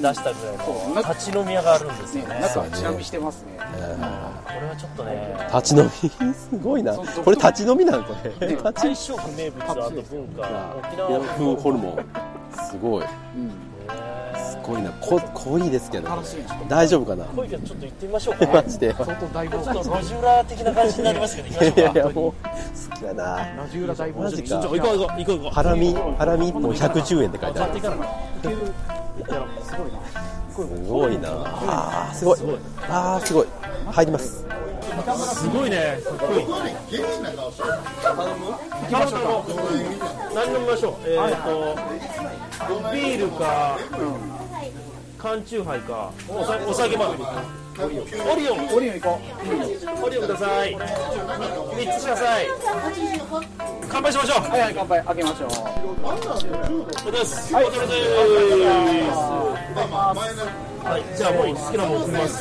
S2: 出したぐらい
S3: そう
S2: の立ち飲み屋があるんです
S3: ね
S2: よね
S3: 中はチラ見してますね
S2: これはちょっとね
S4: 立ち飲み すごいなこれ立ち飲みなのこれ立ち
S2: 大正区名物アート文化沖縄
S4: 洋風ホルモンすご
S3: うん
S4: いすごいなこ濃いですけど、ね
S3: 楽しいな、
S4: 大丈夫かな
S2: 濃いけどちょっと行ってみましょう
S4: マ
S2: かち
S4: ジで
S3: 相当大冒
S2: ょっと
S3: 険
S2: 路地裏的な感じになりますけど行きましょう
S4: いや
S2: か
S4: いやもう好きだな
S3: ラジウラ大冒
S4: マ
S3: 険
S4: ジか
S2: 行こう行こう行こう行こう
S4: ハラミハラミ1本110円って書いてあ
S2: 買っ
S4: る
S2: ていかなか
S3: すごいな
S4: すごいなあーすごいあーすごい入ります
S2: すごいねかっこいい頼む頼む何飲みましょうえっとビールか缶チューハイかお酒お酒までオリオン
S3: オリオン行こ
S2: オリオンください三つください乾杯しましょう
S3: うはいはい乾杯開けましょう
S2: お疲れ様です。お疲れ様です。はい、じゃあもう好きなもん食きます。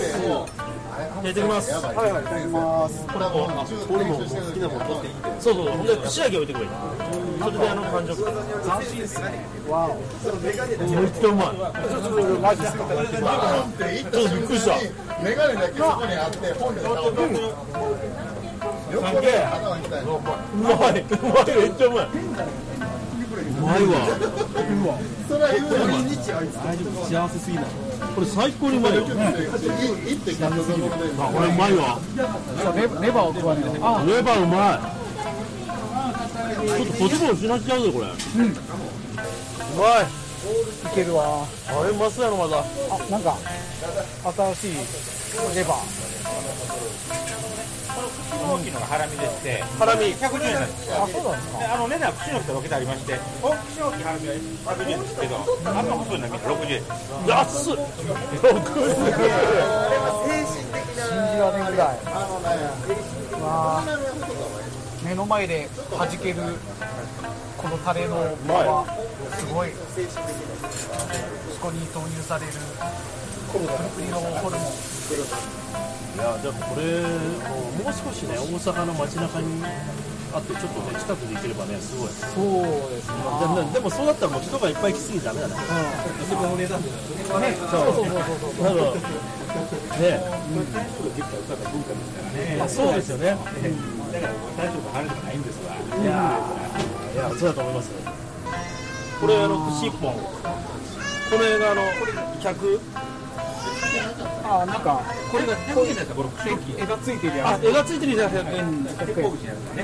S2: 入れてきます。はいはい、きます。これも、あ、俺も好きなもん取っていいそうそう、ほんで串揚げ置いてくれ。それであの感情。斬新ですね。わお。めっちゃうま
S3: マジですか
S2: い。ちょっとびっくりした。
S5: メガネだけそこにあって本で倒れてる
S2: すげえ。
S5: 頭が痛いの
S2: うまい。うまい。めっちゃうまい。うまいわ。
S5: それは言うのに
S2: これ最高にうまいよ。
S5: いいって感じのことで
S2: あ、これうまいわ。
S3: ネバネバを食わないあ
S2: レバーうまい。ょっとこっちも失っちゃうぜこれうまい
S3: いけるわ
S2: あれうまそうやろまだ
S3: あなんか新しいレバー
S7: 大きいのがハラミでして、
S2: ハラミ
S7: 110円なんですよ。
S3: あそうなんですか
S7: であの値段は串のきと分けてありまして、大き串のきハラミは110円ですけど、あんま細いのはみんな60円です。
S2: 安っ
S3: 信じられんぐらいわあ目の前で弾けるこのタレの泡すごいそこに投入されるプリプリのホルモン
S2: いやでもこれもう少しね大阪の街中にあってちょっとね近くで行ければねすごい
S3: そうですね
S2: でででもそうだったらもう人がいっぱい来すぎダメだね。そうそうそうそう。なんかね。まあそうですよね。だから大丈夫とかあるとかないんですが。いやーいやそうだと思います。これあの串一本。これがあの客
S3: あなんか
S7: これが100円ですよ、この串のき。
S3: 絵がついてるや
S2: あ絵がついてるじゃなくて
S7: 100円じゃないですかね。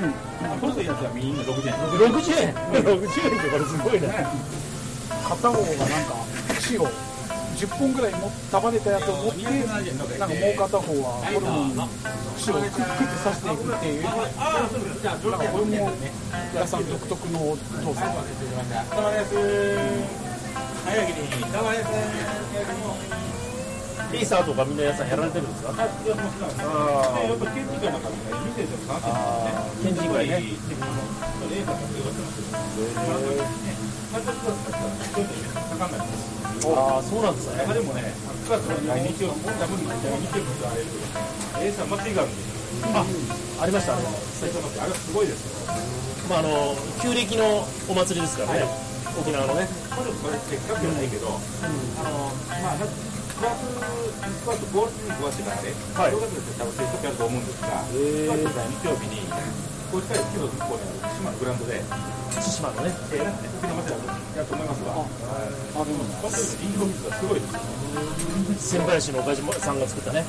S7: 細いやつはみんな60円。
S2: 六十円。六十円ってこれすごいね。
S3: つ片方がなんか串を10本ぐらいも束ねたやつを持ってなんかもう片方はホルモンの串をクックッて刺していくっていうなんかこれも屋さん独特の動作
S2: ピーサーとかみんな皆さんやられてるんですか。
S7: 天神ぐらいね。
S2: ああそうなんですね。
S7: でもね、サッカーとか来日を多分毎日来てくれると、レースは祭りがあるんですよ。
S2: ありました。あの
S7: 最初の時あれはすごいですよ。
S2: まああの旧暦のお祭りですからね。沖縄のね。
S7: まあでもこれせっかくじゃないけど、あのまあなんかスクワットスクワットゴールデンウィーク終わってからね、
S2: はい
S7: 正月で多分成績あると思うんですが、スクワットが日曜日にこうしたらキロ向こうにある島のグラウンドで、え
S2: 対馬のね。
S7: ー、なんかね時の祭りだと思いますが、本当にリンゴ水がすごいですよ。
S2: 先輩師の岡島さんが作ったね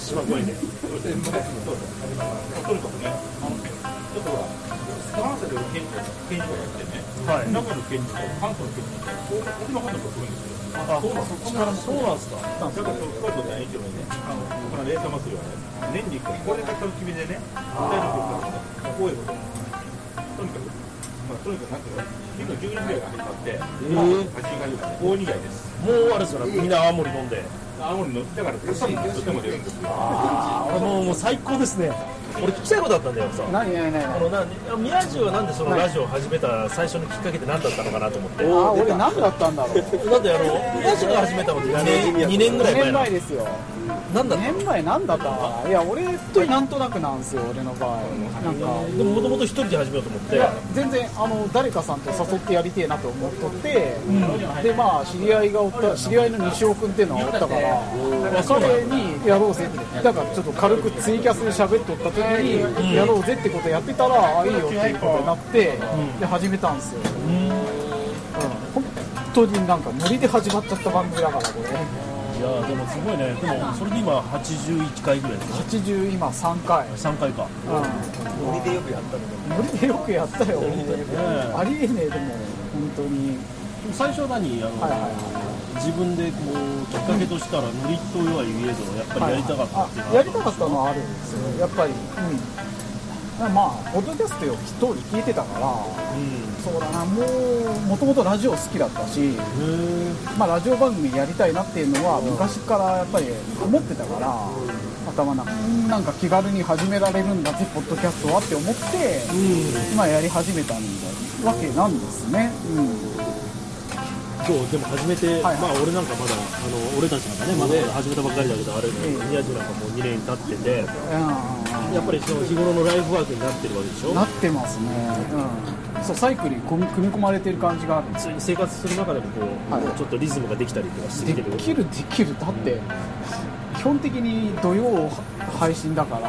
S2: 島公園で
S7: とにかくね、あのだから関西で県庁県庁やってね。
S2: はい
S7: 名古屋の県人と関東の県人と東北の方の人が来るんですよ。
S2: あそうなんですかそうなんですか
S7: だからそう京都で一応ね、あのこのレーサー祭りはね、年に一回これだけの決めでね、大の曲が多いことに。とにかく、まあとにかくなんていうの、昼の十二時ぐらいが始まって、まあ八時ぐらいまで大にぎわいです。
S2: もうあれですよねみんな青森飲んで
S7: 青森のだからタクシーにとても出るんですよ。
S2: ああもうもう最高ですね俺聞きたいことあったんだよさ
S3: 何何何
S2: あのな宮地はなんでそのラジオを始めた最初のきっかけって何だったのかなと思って
S3: あ俺何だったんだろう
S2: だってあの宮地が始めたのって2年二年ぐら
S3: 2
S2: い前
S3: 年
S2: な
S3: 前ですよ
S2: なんだっ
S3: 2
S2: たの
S3: 年前何だったかないや俺となんとなくなんですよ俺の場合なんか
S2: でももともと一人で始めようと思って
S3: いや全然あの誰かさんと誘ってやりてえなと思っとって、でまあ知り合いがおった知り合いの西尾君っていうのがおったから彼にやろうぜってだからちょっと軽くツイキャスで喋っとった時にやろうぜってことやってたらあいいよっていうことになって、で始めたんですよ、うん本当になんかノリで始まっちゃった番組だからこれ
S2: いやでもすごいねでもそれで今81回ぐらいですか
S3: 80今3回、
S2: 3回か
S3: ノリでよくやったのノリでよくやったよありえねえでも本当に
S2: 最初は何あの、
S3: はいはいはい
S2: 自分でこうきっかけとしたらノリとは言えどやっぱりやりたかったっていうの
S3: あやりたかったのはあるんですよやっぱりうんまあポッドキャストを一通り聞いてたから
S2: う
S3: そうだなもうもともとラジオ好きだったし、
S2: んへ
S3: まあ、ラジオ番組やりたいなっていうのは昔からやっぱり思ってたから頭の中うんなんか気軽に始められるんだぜポッドキャストはって思って、今やり始めたんだわけなんですね、うん、
S2: えそうでも始めて、
S3: はい
S2: まあ俺なんかまだあの俺たちなんかねまだ始めたばっかりだけどあれ、宮地なんかもう2年経っててやっぱりその日頃のライフワークになってるわけでしょ
S3: なってますね、うん、そうサイクルに組み組み込まれてる感じがあるんですよ
S2: 普通に生活する中でもこう、
S3: はい
S2: ちょっとリズムができたりとかしてき
S3: で
S2: てる
S3: きるできるだって基本的に土曜配信だから、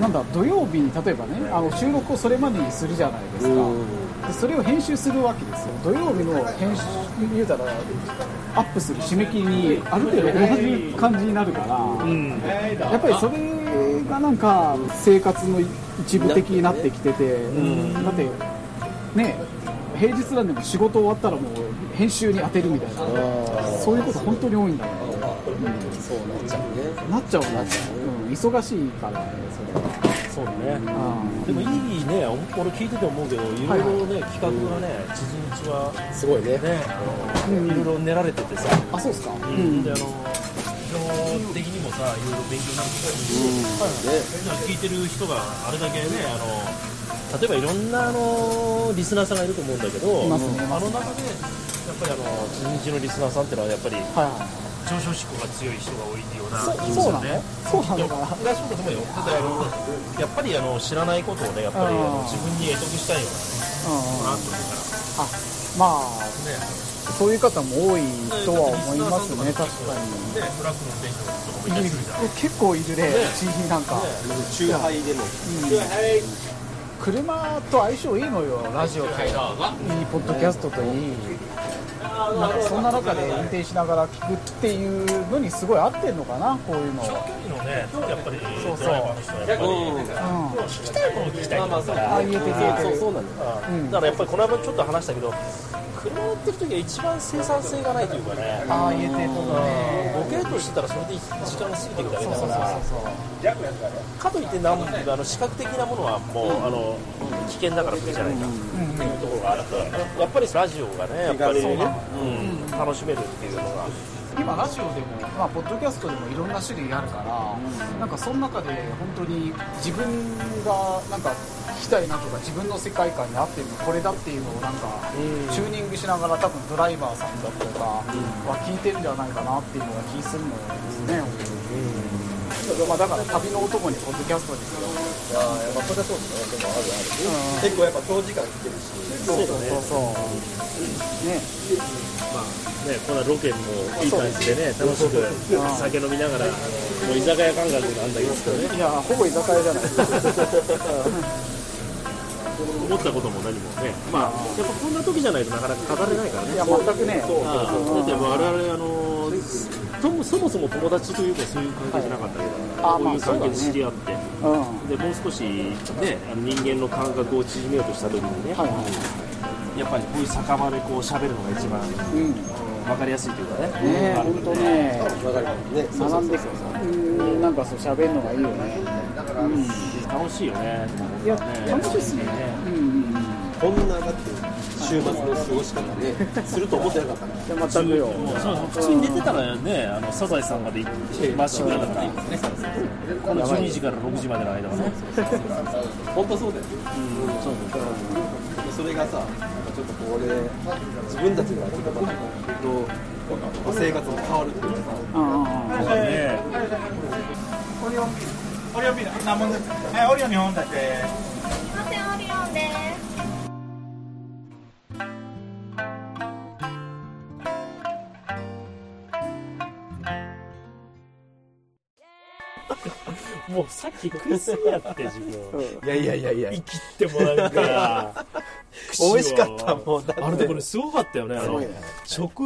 S3: なんだ土曜日に例えばねあの収録をそれまでにするじゃないですか、でそれを編集するわけですよ土曜日の編集言うたらアップする締め切りにある程度同じ感じになるから、やっぱりそれがなんか生活の一部的になってきてて、だってね平日なんでも仕事終わったらもう編集に当てるみたいなそういうこと本当に多いんだよ、うん、なっちゃうねなっちゃううん、忙しいからねそれは
S2: そうね、
S3: あー
S2: でもいいね、俺聞いてて思うけど、いろいろね、企画がね、地日には
S4: すごいね
S2: ね、あのいろいろ練られててさ、
S3: あそうですか、
S2: うん、であの、情報的にもさ、いろいろ勉強になるとか、聞いてる人があれだけね、あの例えばいろんなあのリスナーさんがいると思うんだけど、
S3: いますね
S2: あの中で、やっぱりあの地日のリスナーさんってのは、やっぱり
S3: はいはい
S2: 上昇志向が強い人が多いような
S3: そ
S2: 気が
S3: そう
S2: す
S3: な
S2: る
S3: の
S2: ね。
S3: そうなのかな
S2: 大丈夫だと思うよ。だってあのやっぱりあの知らないことをね、やっぱりあの
S3: あー
S2: 自分に得得したいよ
S3: うん
S2: なと思うから。
S3: あまあ、そういう方も多いとは思いますね、確か
S2: で、トラックの選手とかもいた
S3: に。
S2: り
S3: いる
S2: するじゃん。
S3: 結構いるね、新品なんか。
S4: 中杯でも
S3: 車と相性いいのよ、ラジオといい、ポッドキャストといい。なんかそんな中で運転しながら聞くっていうのにすごい合ってんのかな、こういうのは。
S2: 距離のね、やっぱり
S3: そうそう
S2: ドライバーの人はやっぱり
S3: うん、
S2: 聞きたいものを聞きたいからさ。
S3: ああ言えてる言えてる
S4: そうなんだ
S2: だからやっぱりこの間ちょっと話したけど、車乗ってる時は一番生産性がないというかね。
S3: ああ言えてるとこね。
S2: ボケーとしてたらそれで時間が過ぎていくだけ
S3: そう
S2: だ
S3: そう
S2: か
S3: そう
S2: ら
S3: そう。
S2: かといってなんあの視覚的なものはもう、あの危険だからそれじゃないかっていうところがあるからやっぱりラジオがねやっぱり、うん、楽しめるっていうのが
S3: 今ラジオでも、まあ、ポッドキャストでもいろんな種類あるから、なんかその中で本当に自分がなんか聞きたいなとか自分の世界観に合ってるのこれだっていうのをなんかチューニングしながら多分ドライバーさんだとかは聞いてるんじゃないかなっていうのが気するのですね、まあ、だから旅の男にポッドキャストですよ
S5: 結構やっぱ長時間来てるし
S2: そうだね
S3: ね
S2: ね、こんなロケもいい感じでね、楽しく酒飲みながら、もう居酒屋感覚なんだけどね、
S3: いやほぼ居酒屋じゃないですか
S2: 思ったことも何もね、まあ、やっぱこんな時じゃないとなかなか語れないからね
S3: い。や全くね
S2: ああだって我々あのともそもそも友達というかそういう関係じゃなかったけど、
S3: はいあ
S2: こういう関
S3: ま
S2: 係
S3: あそうだね
S2: で知り合って、
S3: うんは
S2: でもう少しねあの人間の感覚を縮めようとした時にね、
S3: いは
S2: やっぱりこういう酒場でこう喋るのが一番
S3: いうん
S2: わかりやすいというかね。
S3: ね
S2: ある
S3: 本当ね
S4: わかるねそう
S3: 学んでくるうんなんかそう喋るのがいいよねうん
S2: 楽しいよね。
S3: いや楽しいっすねうんうんうん
S4: こんなだって週末の過ごし方ねすると思ってなかったから
S3: いや全くよ
S2: そう普通に出てたらね、あのサザエさんまで行ってまっしぐらだから、この12時から6時までの間はね、
S4: 本当そうだよ、ねうん、そうだよそれがさちょっとこれ自分たちがちょっとまたこう生活が変わるっていうかさ
S2: ね
S7: オリオンビールオリオンビール何本ですはいオリオン日本だけ
S8: ませんオリオンです。
S2: もうさっき食いすぎやって、自分、
S4: いやいやいやいや
S2: 生きってもなんか、
S4: 美味しかったもんだっ て
S2: あれでこれ、すごかったよね、あの
S3: ごいね
S2: 食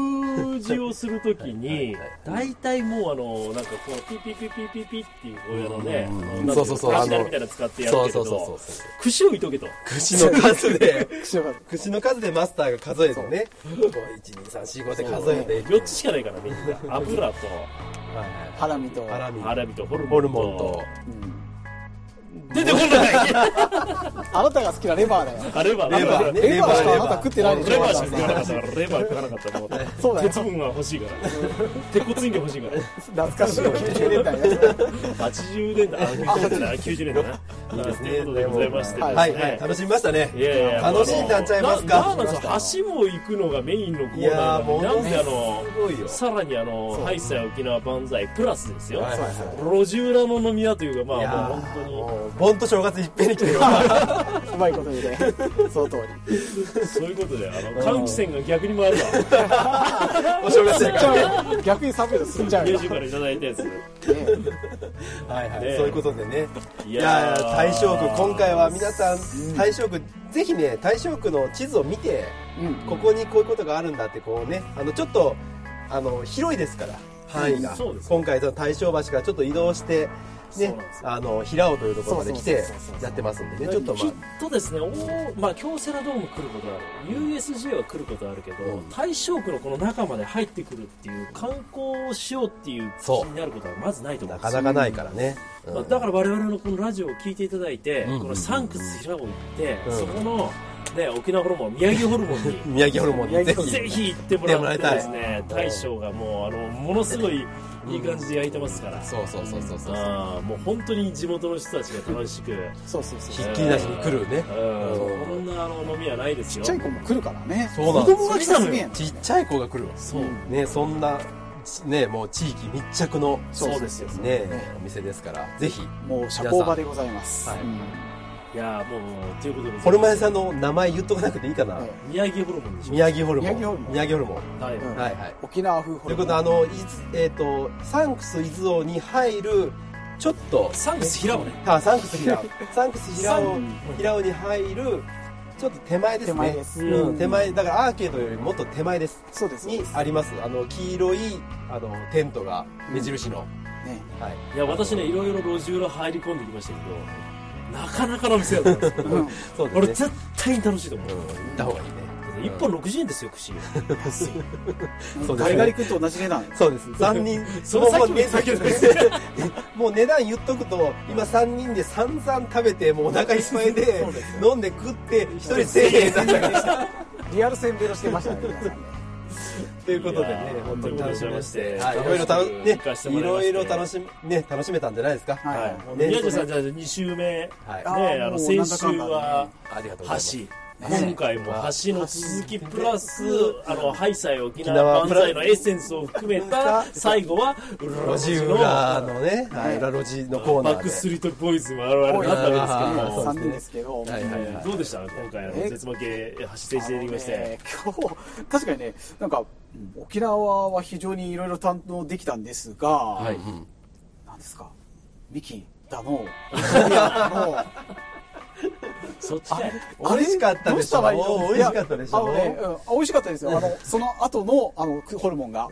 S2: 事をするときに、大体もう、あのなんかこう、ピピピピピピっていう、こういうのね、
S4: ん
S2: なんていの
S4: そうそうそう
S2: ラジナルみたいなの使ってやる
S4: そう
S2: けれ
S4: そうそうそ
S2: ど
S4: う、そう
S2: 串を置いとけと。
S4: 口の数で
S3: 口よかっ
S4: 口の数でマスターが数えてね1234で数えて
S2: 4つしかないからみん な油と
S3: たハラミと
S4: ハラミ
S2: アラビとホルモンと
S4: ホルモンと
S2: 出てこ ない
S3: あなたが好きなレバーだよ
S2: あれば
S4: レバーね
S3: レバーしかあなた
S4: レバー
S3: 食ってないでしょ
S2: レバーしか食わなかったからレバー食わなかったもん
S3: そうだよ
S2: 鉄分が欲しいから鉄骨飲料欲しいから
S3: 懐かしい90年代ね
S2: 80年代あ90年代90年代 ないいです
S4: ね
S2: ということでございまして
S3: はい
S4: はいはい楽しみましたね
S2: いやいやいや
S4: 楽しんだんちゃいますか
S2: ななんなんですか橋も行くのがメインのコ
S4: い
S2: ーナ
S4: やー
S2: ー
S4: もう
S2: なのになんであ
S4: すごいよ
S2: のさらにあのハイサイ沖縄万歳プラスですよ
S4: はいはいは
S2: 路地裏の飲み屋というかま
S4: いや
S2: あ
S4: ー
S2: もう本当に
S4: もう盆と正月いっぺんに来てるわ
S3: うまいこと言うねその通り
S2: そういうことで、あの、換気扇が逆に回るわ。
S4: お正月やからね。
S3: 逆に3秒で進んじゃう
S9: 九
S3: よ
S9: 州からいただいたやつ。
S4: はいはい、
S9: ね
S4: そういうことでね。
S9: い
S4: いやー、大正区、今回は
S9: な
S4: 皆さん、大正区、ぜひね、大正区の地図を見て、ここにこういうことがあるんだって、こうね、あの、ちょっと、あの、広いですから、範囲が。
S2: そうですね
S4: 今回、その大正橋からちょっと移動して、ね、あの、平尾というところまで来
S3: そ
S4: て
S3: うそうそうそう、
S4: やってますんでね、ちょっとま
S2: きっ
S4: あ、
S2: とですね、おまあ、京セラドーム来ることはある、USJ は来ることはあるけど、大正区のこの中まで入ってくるっていう、観光をしようっていう気
S4: そう
S2: になることはまずないと思う
S4: なん
S2: で
S4: か
S2: すよ
S4: なかないからね。
S2: まあだから我々のこのラジオを聞いていただいて、このサンクス平尾行って、
S4: うん
S2: そこの、ね、沖縄ホルモン、宮城ホルモンに。
S4: 宮城ホルモンにぜひ。
S2: ぜひ行ってもらってですね大将がもうあのものすごいいい感じで焼いてますから、
S4: そうそうそうそうそう。
S2: ああもう本当に地元の人たちが楽しく、
S3: そうそうそう
S4: ひっきりなしに来るね。
S2: うん、こんなあの飲みはないですよ
S3: ちっちゃい子も来るからね
S4: そうな
S3: 子
S4: んです
S3: 供が来たらすげえな
S4: ちっちゃい子が来るわ。
S2: そう
S4: ね、そんな、ね、もう地域密着の、
S2: そうですよ
S4: ね、お店ですから、ぜひ、
S3: もう社交場でございます、
S4: はい
S3: うん
S2: いやもうということで
S4: ホルマン屋さんの名前言っとかなくていいかな。
S3: はい
S2: 宮城ホルモンでしょ
S4: 宮城ホルモン。
S3: 宮城ホルモン
S4: 宮城ホルモン。
S2: はい、
S3: うん
S4: はいはい。
S3: 沖縄風ホ
S4: とい
S3: ル
S4: う
S3: モ
S4: こ
S3: ン
S4: とで、あの、いつえっ、と、サンクス伊豆王に入る、ちょっと、
S2: サンクス平尾ね
S4: あ、サンクス平 尾。サンクス平
S3: サ
S4: 尾
S3: ン、
S4: 平尾に入る、ちょっと手前ですね。
S3: 手前です
S4: うん、手前、だからアーケードよりもっと手前です。
S3: そうです
S4: に
S3: ね
S4: あります。あの、黄色い、あの、テントが、目印の。はい。
S2: いや私ねいろいろ路地裏入り込んできましたけどなかなかの店だったんですよ
S3: うん
S4: そう
S2: 俺
S4: ですね。
S2: 絶対に楽しいと思う、
S4: うん、行った方がいいね。
S2: 一本60円ですよ串 安い
S4: そうで
S3: ガ
S4: す
S3: リ
S4: ね
S3: ガリ君と同じ値段
S4: そうです。三人、
S2: その先も
S4: もう もう値段言っとくと、今三人で散々食べて、もうお腹いっぱい で、飲んで食って、一人1000円だったから。
S3: リアルせんべろしてましたね皆さんね
S4: ということでね
S2: いや、ー
S4: 本当に楽しみまして、
S2: 本
S4: はい、い
S2: 当
S4: ろ
S2: に
S4: いろ
S2: 楽
S4: 楽
S2: しく行
S4: ね
S2: かせて、も
S4: い
S2: らいま
S4: ろ
S2: して
S4: いろ楽しみ、ね、楽しめたんじゃないですか。
S3: はい
S2: はい、
S4: ね
S2: 宮城さんじゃあ2週目
S4: はい。
S3: あ
S4: あ
S2: ね、
S3: ー
S2: あの
S3: もう
S2: 先
S3: なんだかん
S2: 週
S3: だね
S2: は
S4: りがとうございます。
S2: 橋、今回も橋の続きプラス、あのハイサイ沖縄
S4: 縄
S2: 万歳のエッセンスを含め た最後は
S4: 路地裏のね、はい、裏路地のコーナ
S2: バッ
S4: ーで。
S2: クストリートボーイズも現れ
S3: 多い
S2: た
S3: な
S2: わけですけど
S4: あー
S2: も
S3: 3人ですけど、
S4: はいはいはい。
S2: どうでした今回の
S3: え
S2: 絶負け橋選手できまし
S3: あの
S2: て
S3: ね今日確かにねなんか沖縄は非常にいろいろ担当できたんですが、
S2: い
S3: なんですかミキだのミキだの
S2: そっちかい
S4: 美味しかった
S3: ど
S4: で
S3: う
S4: し
S3: したらいい
S4: ょ
S3: の
S4: 美味しかったで
S3: い
S4: しょ
S3: やあのねうんあ美味しかったですよあのその後のあのくホルモンが、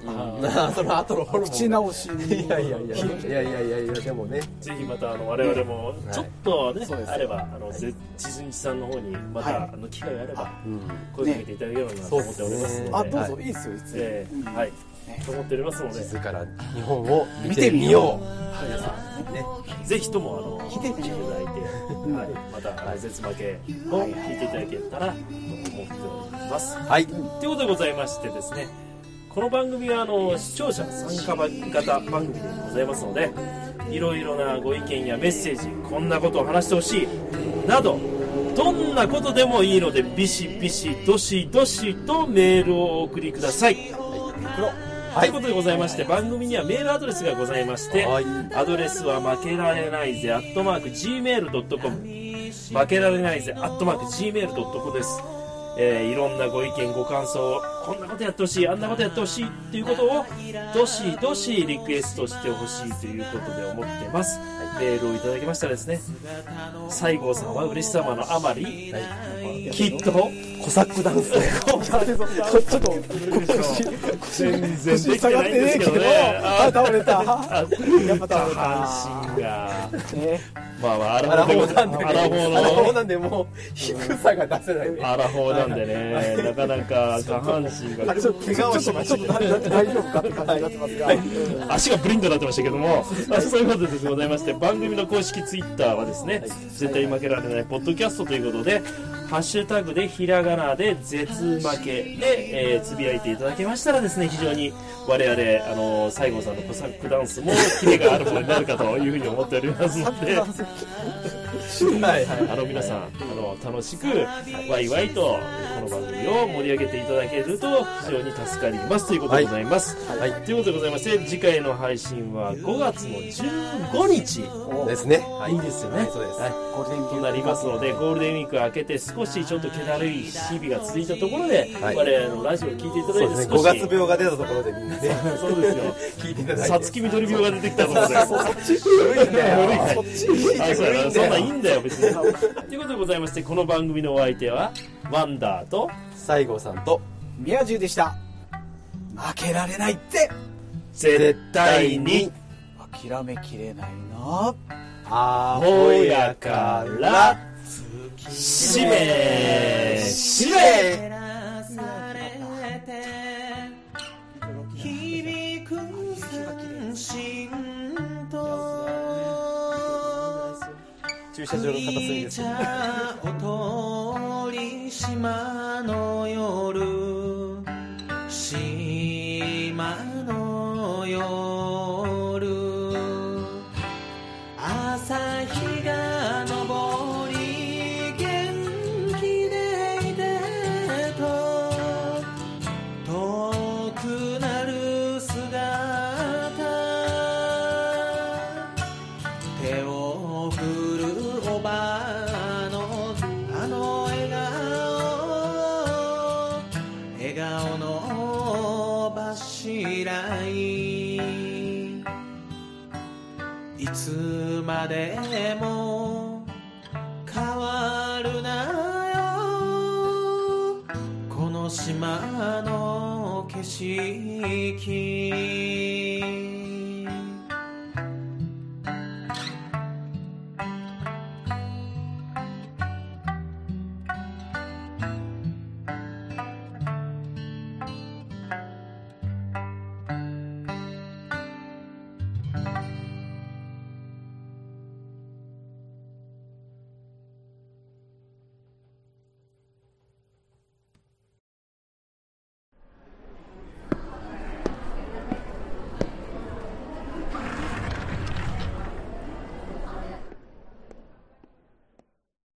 S4: その後のホルモン。
S3: 口直しに
S4: いやいやいやいやいやいやいやでもね
S2: ぜひまたあの我々もちょっとね、
S3: そうです
S2: あればあのぜ千純一さんの方にまた、
S3: はい
S2: あの機会があれば声かけていただければなと思っておりますので、
S3: あどうぞ、、
S4: はい
S3: いですよいつ
S2: えーはい、と思っておりますので
S4: 自ら日本を見
S3: て
S4: て
S3: み
S4: み
S3: よ
S4: よ
S3: う
S4: う
S2: ぜひともあの来ていただいて、はい、またあの絶負けを聞いていただけたらと思っております。
S4: はい
S2: ということでございましてですねこの番組はあの視聴者参加型番組でございますのでいろいろなご意見やメッセージこんなことを話してほしいなどどんなことでもいいのでビシビシどしどしとメールをお送りください、
S4: はい
S2: ということでございまして番組にはメールアドレスがございまして、
S4: はい
S2: アドレスは負けられないぜ、アットマーク Gmail.com。負けられないぜ、アットマーク Gmail.com です。えーいろんなご意見、ご感想、こんなことやってほしい、あんなことやってほしいっていうことを、どしどしリクエストしてほしいということで思ってます。メールをいただきましたらですね、西郷さんは嬉しさまのあまり、きっと、
S4: コサックダンス
S3: ちょっと腰
S2: 全然
S3: 腰下がってねえけどあ倒れたやっぱ倒れ
S2: 下半身が、
S3: たね
S2: まあ、
S4: ア
S2: 荒
S4: ラフ
S2: 法
S4: ォーなんで
S2: アラフォー
S4: アラフォ
S2: の
S4: ーなんでもう低さが出せないね
S2: アラフォーなんでね、なかなか下半身が、
S4: ちょっと怪我をしま
S3: ちょ
S4: し
S3: っと大大丈夫かって感じになってますが、
S2: 足がブリンドになってましたけども、あそういうことでございまして、番組の公式ツイッターはですね、絶対に負けられないポッドキャストということで、ハッシュタグでひらがなで絶負けで、えーつぶやいていただけましたらですね、非常に我々、あの西郷さんのコサックダンスもキレがあるものになるかというふうに思っておりますので、し、
S10: はいはい
S2: あの皆さんあの楽しくワイワイとこの番組を盛り上げていただけると非常に助かりますということでございます。はいということでございまして次回の配信は5月の15日
S4: ですね。
S2: いいですよね。そうです。はい。となりますので、ゴールデンウィーク明けて少しちょっと気だるい日々が続いたところで、
S4: はい
S2: 我々のラジオを聞いていただ
S4: そ
S2: いう
S4: で
S2: て
S4: すね。
S2: 少
S4: 5
S2: し、
S4: 月病が出たところでみんなね、
S2: そうですよ。
S4: 聞いていただいて。
S2: さつきみどり病が出てきたところで。
S4: 古いんだよ。
S2: そっちあそうだなそんなんいいんだよ別にということでございましてこの番組のお相手はワンダーと
S4: 西郷さんと、
S3: 宮中でした負けられないって
S2: 絶対に
S4: に
S3: 諦めきれないな
S4: あ
S2: ほやからしめし
S4: しめ
S10: 駐車場の片隅ですけど
S11: この島の景色